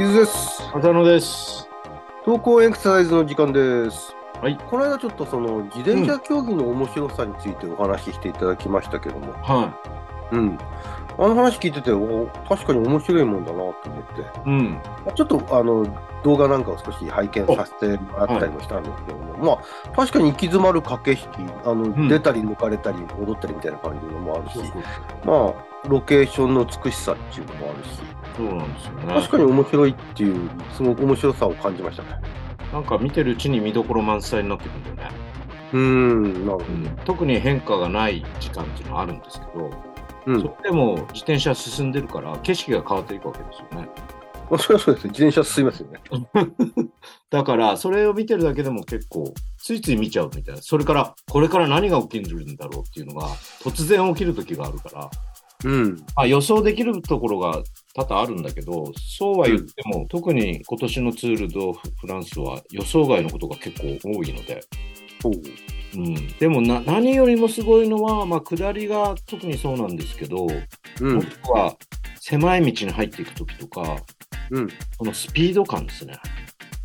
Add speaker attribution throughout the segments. Speaker 1: 水です。
Speaker 2: 浅野です。
Speaker 1: 投稿エクササイズの時間です。
Speaker 2: はい
Speaker 1: この間ちょっとその自転車競技の面白さについてお話ししていただきましたけども、
Speaker 2: は
Speaker 1: うん。あの話聞いてて、お確かに面白いもんだなと思って、
Speaker 2: い。うん。
Speaker 1: ちょっとあの動画なんかを少し拝見させてもらったりもしたんですけども、まあ確かに行き詰まる駆け引き、あの、
Speaker 2: ん
Speaker 1: 出たり抜かれたり戻ったりみたいな感じのもあるし、
Speaker 2: そう
Speaker 1: まあロケーションの美しさっていうのもあるし、
Speaker 2: そうなんですよね。
Speaker 1: 確かに面白いっていう、すごく面白さを感じましたね。
Speaker 2: なんか見てるうちに見どころ満載になってくるんだよね。
Speaker 1: うーん、なるほど
Speaker 2: う。ん。特に変化がない時間っていうのはあるんですけど、
Speaker 1: うん、
Speaker 2: それでも自転車進んでるから景色が変わっていくわけですよね。
Speaker 1: まあそれはそうですね。自転車進みますよね。
Speaker 2: だから、それを見てるだけでも結構、ついつい見ちゃうみたいな。それから、これから何が起きるんだろうっていうのが、突然起きる時があるから、
Speaker 1: うん。
Speaker 2: まあ、予想できるところが多々あるんだけど、そうは言っても、特に今年のツール・ド・フランスは予想外のことが結構多いので、
Speaker 1: そう。
Speaker 2: うん、でもな何よりもすごいのは、まあ、下りが特にそうなんですけど、
Speaker 1: うん。
Speaker 2: 僕は狭い道に入っていくときとか、
Speaker 1: うん。
Speaker 2: このスピード感ですね。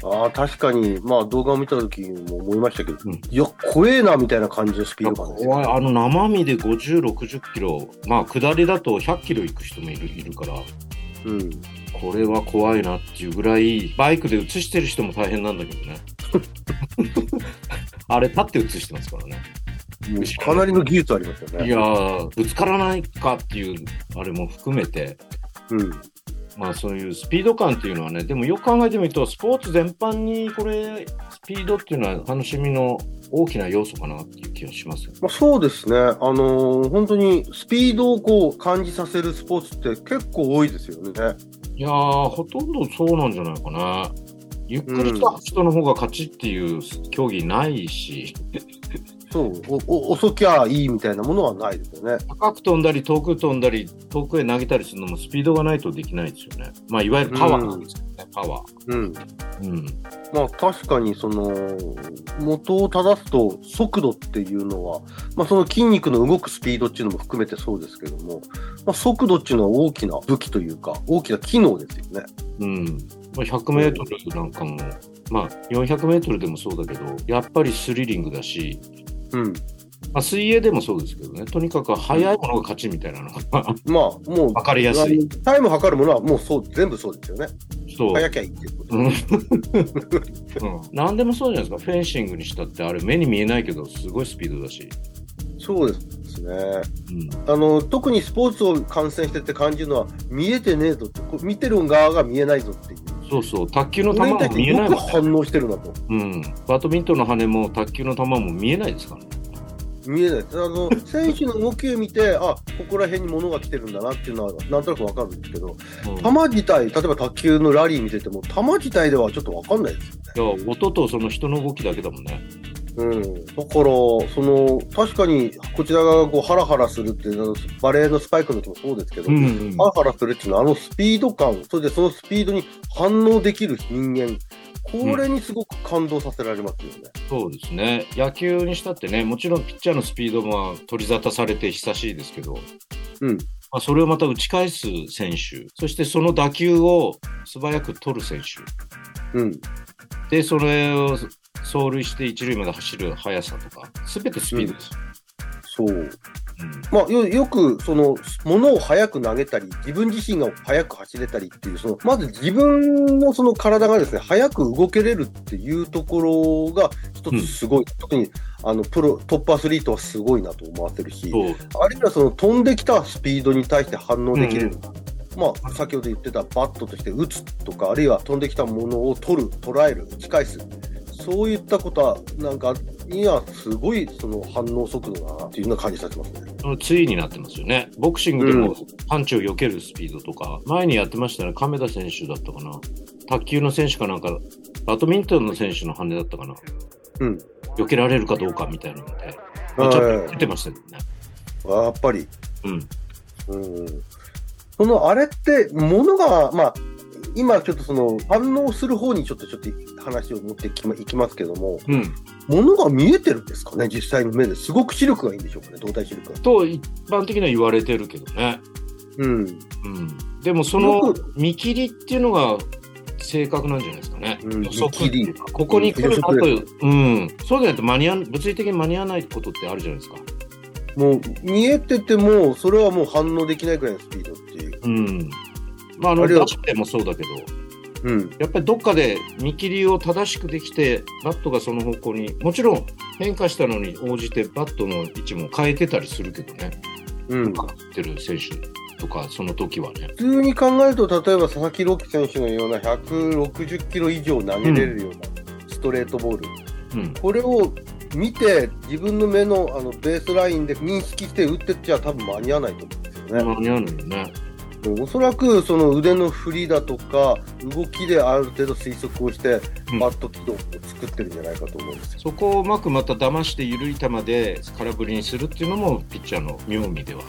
Speaker 1: ああ、確かに、まあ動画を見た時も思いましたけど、
Speaker 2: うん
Speaker 1: いや、怖えな、みたいな感じのスピ
Speaker 2: いや
Speaker 1: ード感ですよ。
Speaker 2: 怖いあの生身で50、60キロ、まあ、下りだと100キロ行く人もいるいるから、
Speaker 1: うん。
Speaker 2: これは怖いなっていうぐらい、バイクで写してる人も大変なんだけどね。あれ、立って写してますからね。
Speaker 1: もうかなりの技術ありますよね。
Speaker 2: いやー、ぶつからないかっていう、あれも含めて、
Speaker 1: うん。
Speaker 2: まあそういうスピード感っていうのはね、でもよく考えてみると、スポーツ全般にこれ、スピードっていうのは楽しみの大きな要素かなっていう気がしますよ。
Speaker 1: まあ、そうですね。あのー本当にスピードをこう感じさせるスポーツって結構多いですよね。
Speaker 2: いやー、ほとんどそうなんじゃないかな。ゆっくりした人の方が勝ちっていう競技ないし、
Speaker 1: そう。おお遅きゃいいみたいなものはないですよね。
Speaker 2: 高く飛んだり遠く飛んだり遠くへ投げたりするのもスピードがないとできないですよね。まあいわゆるパワーなんですよね、パワー。
Speaker 1: うん。
Speaker 2: うん。
Speaker 1: まあ確かにその元を正すと速度っていうのは、まあ、その筋肉の動くスピードっていうのも含めてそうですけども、まあ、速度っていうのは大きな武器というか大きな機能ですよね。
Speaker 2: うん。まあ、100メートルなんかも、まあ400メートルでもそうだけど、やっぱりスリリングだし、
Speaker 1: うん、
Speaker 2: まあ、水泳でもそうですけどね、とにかく速いものが勝ちみたいなのが
Speaker 1: まあもう
Speaker 2: 分かりやすい。
Speaker 1: タイム測るものはもうそう全部そうですよね。
Speaker 2: そう。
Speaker 1: 早きゃいいっていうこと。
Speaker 2: うん、うん何でもそうじゃないですか、フェンシングにしたって、あれ、目に見えないけど、すごいスピードだし、
Speaker 1: そうですね。
Speaker 2: うん、
Speaker 1: あの特にスポーツを観戦してて感じるのは見えてねえぞってこう見てる側が見えないぞっていう。
Speaker 2: そうそう、卓球の球
Speaker 1: 俺に
Speaker 2: も
Speaker 1: 対して
Speaker 2: 見えな
Speaker 1: よ
Speaker 2: い
Speaker 1: く
Speaker 2: もんね、
Speaker 1: 反応してるなと。
Speaker 2: うん、バドミントンの羽も卓球の球も見えないですからね、
Speaker 1: 見えないですあの選手の動きを見て、あここら辺に物が来てるんだなっていうのは、なんとなくわかるんですけど、
Speaker 2: うん、い
Speaker 1: 球自体、例えば卓球のラリー見てても、球自体ではちょっとわかんないですよね。
Speaker 2: や音とその人の動きだけだもんね、
Speaker 1: うん、だから、その確かにこちら側がこうハラハラするっていうのは、バレーのスパイクの時もそうですけど、
Speaker 2: うん
Speaker 1: ハラハラするっていうのは、あのスピード感、それでそのスピードに反応できる人間、これにすごく感動させられますよね。
Speaker 2: そうですね、野球にしたってね、もちろんピッチャーのスピードも取り沙汰されて久しいですけど、
Speaker 1: うん
Speaker 2: まあ、それをまた打ち返す選手、そしてその打球を素早く取る選手、
Speaker 1: うん、
Speaker 2: で、それを走塁して一塁まで走る速さとか、すべてスピードです。
Speaker 1: そう
Speaker 2: うん
Speaker 1: まあ、よよくその物を速く投げたり自分自身が速く走れたりっていうそのまず自分のその体がですね速く動けれるっていうところが一つすごい、特にあのプロトップアスリートはすごいなと思わせるし
Speaker 2: そう
Speaker 1: あるいはその飛んできたスピードに対して反応できる、まあ、先ほど言ってたバットとして打つとかあるいは飛んできたものを取る捉える打ち返すそういったことはなんかにはすごいその反応速度だなっていうのは感じさせますね。
Speaker 2: そのついになってますよね。ボクシングで
Speaker 1: うん
Speaker 2: もパンチを避けるスピードとか、前にやってましたね、亀田選手だったかな。卓球の選手かなんか、バドミントンの選手の羽だったかな。
Speaker 1: うん
Speaker 2: 避けられるかどうかみたいなので、まあちょっと
Speaker 1: は
Speaker 2: 出てましたけどね。
Speaker 1: い、やっぱり、
Speaker 2: うん。
Speaker 1: うん、そのあれって、ものが、まあ、今ちょっとその反応する方にちょっとちょっと話を持ってきまいきますけども、
Speaker 2: うん。
Speaker 1: ものが見えてるんですかね、実際の目ですごく視力がいいんでしょうかね、動体視力が。
Speaker 2: と、一般的には言われてるけどね。
Speaker 1: うん、
Speaker 2: うん。でもそ
Speaker 1: よ
Speaker 2: の
Speaker 1: く
Speaker 2: 見切りっていうのが正確なんじゃないですかね。
Speaker 1: うん
Speaker 2: 予測っていうかこ
Speaker 1: ん
Speaker 2: こに来るなとい
Speaker 1: 予
Speaker 2: う、うん、そうじゃないと間に合わ物理的に間に合わないことってあるじゃないですか。
Speaker 1: もう見えてても、それはもう反応できないくらいのスピードっていう。
Speaker 2: うん。まあ、あの、
Speaker 1: あれは
Speaker 2: バットでもそうだけど、
Speaker 1: うん。
Speaker 2: やっぱりどっかで見切りを正しくできて、バットがその方向に、もちろん変化したのに応じてバットの位置も変えてたりするけどね、
Speaker 1: うん。
Speaker 2: 打ってる選手とか、その時はね。
Speaker 1: 普通に考えると、例えば佐々木朗希選手のような160キロ以上投げれるようなストレートボール、
Speaker 2: うん。
Speaker 1: これを見て、自分の目のあのベースラインで認識して打ってっちゃ、多分間に合わないと思うんですよね。
Speaker 2: 間に合わないよね。
Speaker 1: おそらくその腕の振りだとか動きである程度推測をして
Speaker 2: うん
Speaker 1: バット軌道を作ってるんじゃないかと思うんですよ。
Speaker 2: そこをうまくまた騙して緩い球で空振りにするっていうのもピッチャーの妙味では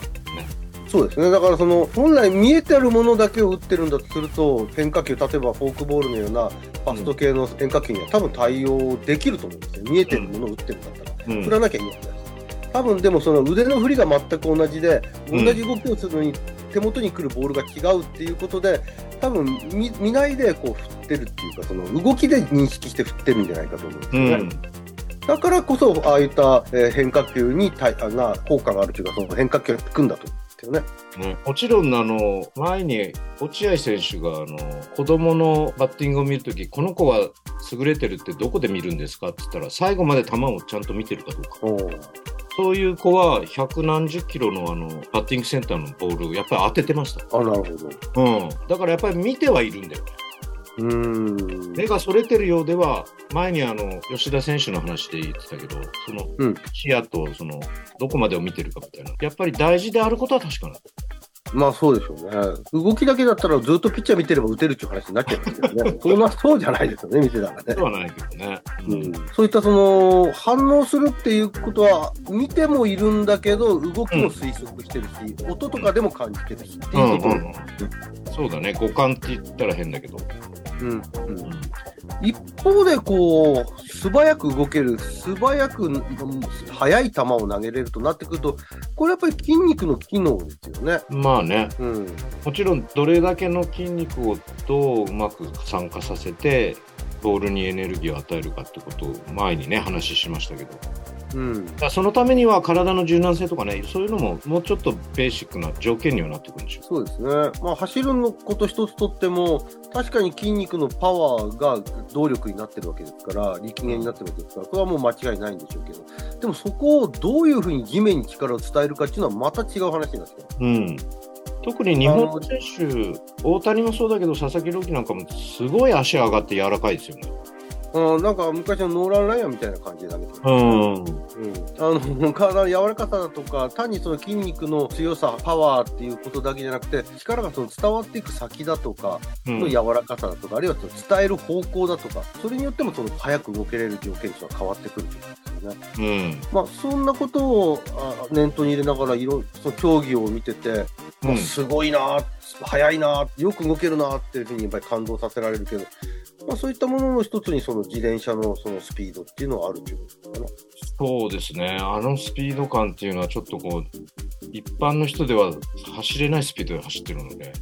Speaker 1: そうですねだからその本来見えてるものだけを打ってるんだとすると変化球例えばフォークボールのようなファスト系の変化球には多分対応できると思うんですよ見えてるものを打ってるんだったら
Speaker 2: う
Speaker 1: 振
Speaker 2: ん
Speaker 1: らなきゃいいわけです。多分でもその腕の振りが全く同じで
Speaker 2: う
Speaker 1: 同
Speaker 2: ん
Speaker 1: じ動きをするのに手元に来るボールが違うっていうことで多分見見ないでこう振ってるっていうかその動きで認識して振ってるんじゃないかと思うんです
Speaker 2: う
Speaker 1: よね、
Speaker 2: ん、
Speaker 1: だからこそああいった、えー変化球に対あな効果があるというかその変化球が効くんだと思うんですよね。
Speaker 2: もちろんあの前に落合選手があの子供のバッティングを見るときこの子は優れてるってどこで見るんですかって言ったら最後まで球をちゃんと見てるかどうかそういう子は百何十キロのあのバッティングセンターのボールをやっぱり当ててました、
Speaker 1: あなるほど
Speaker 2: うん、だからやっぱり見てはいるんだよね
Speaker 1: うーん
Speaker 2: 目がそれてるようでは、前にあの吉田選手の話で言ってたけど、その
Speaker 1: うん
Speaker 2: 視野とそのどこまでを見てるかみたいな、やっぱり大事であることは確かな
Speaker 1: まあそうでしょうね動きだけだったらずっとピッチャー見てれば打てるっていう話になっちゃうんですけ どねそんなそうじゃないですよね見てたらね
Speaker 2: で。はないけどね。う
Speaker 1: うんんそういったその反応するっていうことは見てもいるんだけど動きも推測してるし、音とかでも感じてるしって
Speaker 2: うん
Speaker 1: いうところ、
Speaker 2: うんそうだね、五感って言ったら変だけど、
Speaker 1: うんうん一方でこう素早く動ける素早くうん速い球を投げれるとなってくるとこれやっぱり筋肉の機能ですよね。
Speaker 2: まあね、
Speaker 1: うん
Speaker 2: もちろんどれだけの筋肉をどううまく酸化させて、ボールにエネルギーを与えるかってことを前にね、話しましたけど、
Speaker 1: うん
Speaker 2: だからそのためには体の柔軟性とかね、そういうのももうちょっとベーシックな条件にはなってくるんでしょう。
Speaker 1: そうですね、まあ、走るのこと一つとっても、確かに筋肉のパワーが動力になってるわけですから、力源になってるわけですから、これはもう間違いないんでしょうけど、でもそこをどういうふうに地面に力を伝えるかっていうのは、また違う話になってきます。
Speaker 2: うん、特に日本の選手、大谷もそうだけど、佐々木朗希なんかもすごい足上がって柔らかいですよね。
Speaker 1: うん、なんか昔のノーラン・ライアンみたいな感じで投げてる、
Speaker 2: うん、
Speaker 1: うん、あの体の柔らかさだとか、単にその筋肉の強さ、パワーっていうことだけじゃなくて、力がその伝わっていく先だとか、の柔らかさだとか、あるいはその伝える方向だとか、それによってもその早く動けれる条件とは変わってくるということですよね。
Speaker 2: うん
Speaker 1: まあ、そんなことをあ念頭に入れながら、いろその競技を見てて、
Speaker 2: う
Speaker 1: まあ
Speaker 2: ん
Speaker 1: すごいなあ、早いなあ、よく動けるなあっていうふうにやっぱり感動させられるけど、まあ、そういったものの一つにその自転車のそのスピードっていうのはあるということかな。
Speaker 2: そうですね、あのスピード感っていうのは、ちょっとこう、一般の人では走れないスピードで走ってるので、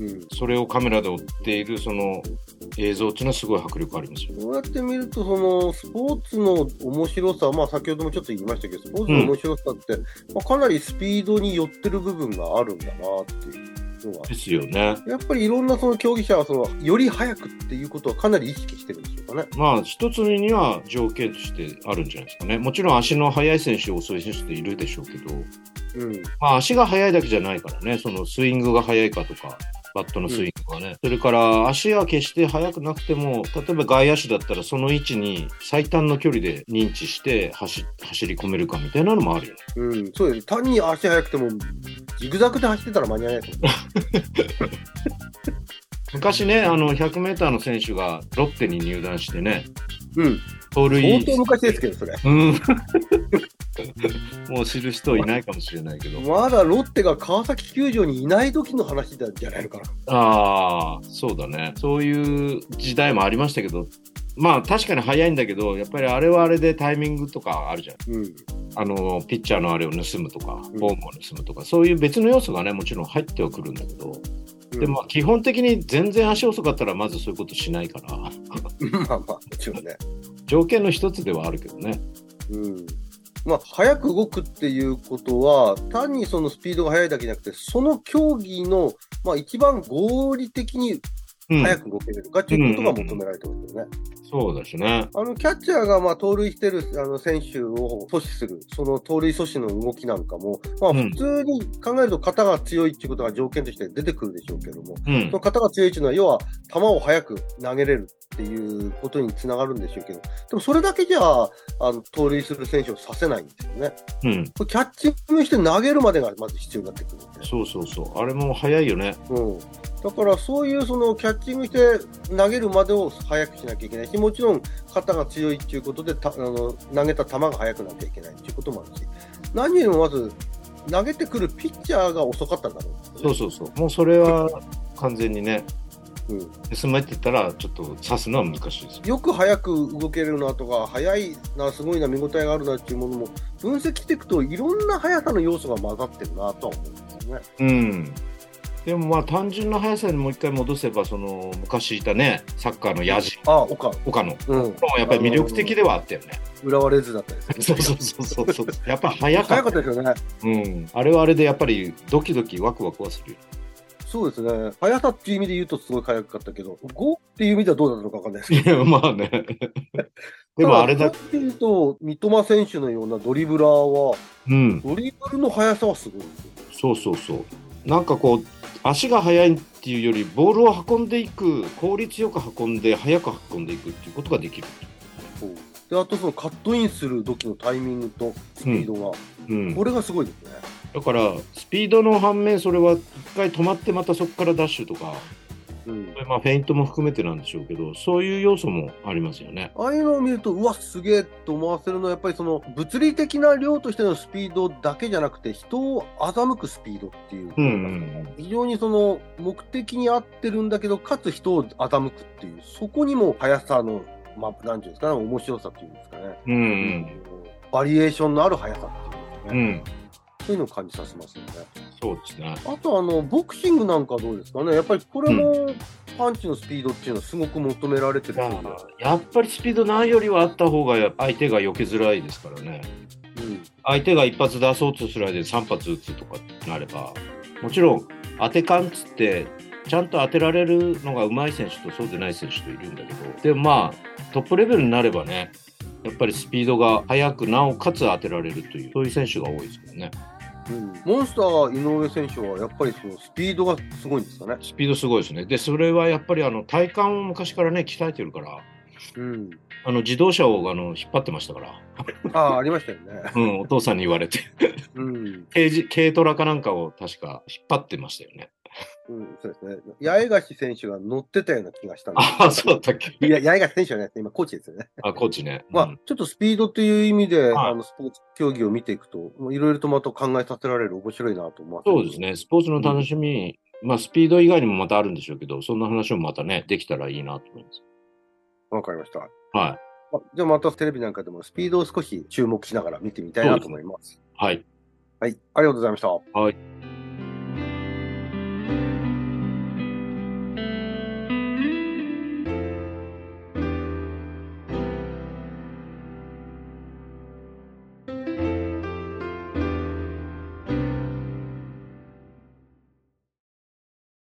Speaker 1: うん
Speaker 2: それをカメラで追っているその映像っていうのは、すごい迫力ありますよ。
Speaker 1: そうやって見ると、そのスポーツの面白さ、まあ、先ほどもちょっと言いましたけど、スポーツの面白さって、まあ、かなりスピードに寄ってる部分があるんだなっていうのは、
Speaker 2: ですよね。
Speaker 1: やっぱりいろんなその競技者はその、より速くっていうことはかなり意識してるんでしょうかね。
Speaker 2: まあ、一つには条件としてあるんじゃないですかね。もちろん足の速い選手、遅い選手っているでしょうけど、
Speaker 1: うん、
Speaker 2: まあ、足が速いだけじゃないからね、そのスイングが速いかとか、バットのスイングがね、それから足は決して速くなくても、例えば外野手だったら、その位置に最短の距離で認知して走走り込めるかみたいなのもあるよね。
Speaker 1: うん、そうです。単に足速くても、ジグザグで走ってたら間に合わないですもんね。
Speaker 2: 昔ね、あの100メーターの選手がロッテに入団してね、
Speaker 1: うん、
Speaker 2: 盗塁、
Speaker 1: 相当昔ですけど、それ。
Speaker 2: うん、 もう知る人いないかもしれないけど、
Speaker 1: まだロッテが川崎球場にいない時の話だじゃないのかな。
Speaker 2: ああ、そうだね。そういう時代もありましたけど、まあ確かに早いんだけど、やっぱりあれはあれでタイミングとかあるじゃん。
Speaker 1: うん、
Speaker 2: あの、ピッチャーのあれを盗むとか
Speaker 1: う、ん
Speaker 2: ボームを盗むとか、そういう別の要素がね、もちろん入ってはくるんだけ
Speaker 1: う
Speaker 2: ど、
Speaker 1: ん
Speaker 2: でも基本的に全然足遅かったらまずそういうことしないから
Speaker 1: まあまあ、もちろんね。
Speaker 2: 条件の一つではあるけどね。
Speaker 1: うん。まあ、早く動くっていうことは、単にそのスピードが速いだけじゃなくて、その競技の、まあ、一番合理的に
Speaker 2: うん、
Speaker 1: 早く動けるかっていうことが求められてますよね。
Speaker 2: そうだしね。
Speaker 1: あの、キャッチャーが、まあ、盗塁してる、あの、選手を阻止する、その盗塁阻止の動きなんかも、まあ、
Speaker 2: うん
Speaker 1: 普通に考えると肩が強いっていうことが条件として出てくるでしょうけども、
Speaker 2: うん
Speaker 1: その肩が強いっていうのは、要は、球を速く投げれるっていうことにつながるんでしょうけど、でもそれだけじゃ、あの、盗塁する選手をさせないんですよね。
Speaker 2: うん。
Speaker 1: これキャッチングして投げるまでがまず必要になってくるんで。
Speaker 2: そうそうそう。あれも早いよね。
Speaker 1: うん、だからそういうそのキャッチングして投げるまでを速くしなきゃいけないし、もちろん肩が強いっていうことでたあの、投げた球が速くなきゃいけないっていうこともあるし、何よりもまず、投げてくるピッチャーが遅かったんだろ
Speaker 2: そうそうそう。もうそれは完全にね、
Speaker 1: う、うん、
Speaker 2: 盗まれてたらちょっと刺すのは難しいですよ。
Speaker 1: よく速く動けるなとか、速いな、すごいな、見応えがあるなっていうものも、分析していくと、いろんな速さの要素が混ざってるなとは思うんですよね。
Speaker 2: うん。でもまあ単純な速さにもう一回戻せば、その昔いたね、サッカーの野人、
Speaker 1: ああ、岡野、
Speaker 2: 岡野。
Speaker 1: うん、
Speaker 2: もやっぱり魅力的ではあったよね。
Speaker 1: 浦和レッズだったですね。
Speaker 2: そうそうそうそう。 やっぱ早か
Speaker 1: 速
Speaker 2: った
Speaker 1: か。ったですよね。
Speaker 2: うん。あれはあれでやっぱりドキドキワクワクはするよ。
Speaker 1: そうですね。速さっていう意味で言うとすごい速かったけど、5っていう意味ではどうなのかわかんないですけど。
Speaker 2: いや、 まあね。でもあれだ
Speaker 1: た。5っていうと、三笘選手のようなドリブラーは、
Speaker 2: うん。
Speaker 1: ドリブルの速さはすごいんですよ。
Speaker 2: そうそうそう。なんかこう、足が速いっていうより、ボールを運んでいく、効率よく運んで、速く運んでいくっていうことができる。
Speaker 1: そうで、あとそのカットインする時のタイミングとスピードが、
Speaker 2: うん。
Speaker 1: これがすごいですね。
Speaker 2: だから、スピードの反面、それは一回止まって、またそこからダッシュとか、
Speaker 1: うん。
Speaker 2: まあ、フェイントも含めてなんでしょうけど、そういう要素もありますよね。
Speaker 1: ああいうのを見ると、うわ、すげえと思わせるのは、やっぱりその物理的な量としてのスピードだけじゃなくて、人を欺くスピードっていう、
Speaker 2: うん
Speaker 1: 非常にその目的に合ってるんだけど、かつ人を欺くっていう、そこにも速さの、まあ、なんていうんですかね、面白さっていうんですかね、
Speaker 2: うん。うん
Speaker 1: バリエーションのある速さっていうんです
Speaker 2: う
Speaker 1: かね、
Speaker 2: ん。うん。
Speaker 1: そういうのを感じさせますよね。
Speaker 2: そうですね。
Speaker 1: あとあの、ボクシングなんかはどうですかね、やっぱりこれもパンチのスピードっていうのはすごく求められてる
Speaker 2: だ
Speaker 1: 競技
Speaker 2: か
Speaker 1: だ
Speaker 2: らやっぱりスピードないよりはあった方がや相手が避けづらいですからね
Speaker 1: うん
Speaker 2: 相手が一発出そうとする間に3発打つとかってなればもちろん当て勘っつってちゃんと当てられるのが上手い選手とそうでない選手といるんだけどでもまあトップレベルになればねやっぱりスピードが速くなおかつ当てられるというそういう選手が多いですけどね
Speaker 1: モンスター井上選手はやっぱりそのスピードがすごいんですかね。
Speaker 2: スピードすごいですねでそれはやっぱりあの体幹を昔からね鍛えてるから
Speaker 1: うん、
Speaker 2: あの自動車をあの引っ張ってましたから、
Speaker 1: ああ、ありましたよね。
Speaker 2: うん、お父さんに言われて
Speaker 1: うん、
Speaker 2: 軽自軽トラかなんかを確か引っ張ってましたよね。
Speaker 1: うん、そうですね。八重樫選手が乗ってたような気がしたんです
Speaker 2: ああ、そうだったっけ
Speaker 1: いや、八重樫選手はね、今、コーチですよね。
Speaker 2: あ、コーチね。
Speaker 1: まあ
Speaker 2: うん、
Speaker 1: ちょっとスピードという意味で、
Speaker 2: はい
Speaker 1: あの、スポーツ競技を見ていくと、もういろいろとまた考えさせられる、面白いなと思わせる
Speaker 2: そうです。ね、スポーツの楽しみ、まあ、スピード以外にもまたあるんでしょうけど、そんな話もまたね、できたらいいなと思います。
Speaker 1: わかりました。
Speaker 2: は
Speaker 1: あじゃあまたテレビなんかでもスピードを少し注目しながら見てみたいなと思います。
Speaker 2: い。はい。
Speaker 1: はい、ありがとうございました。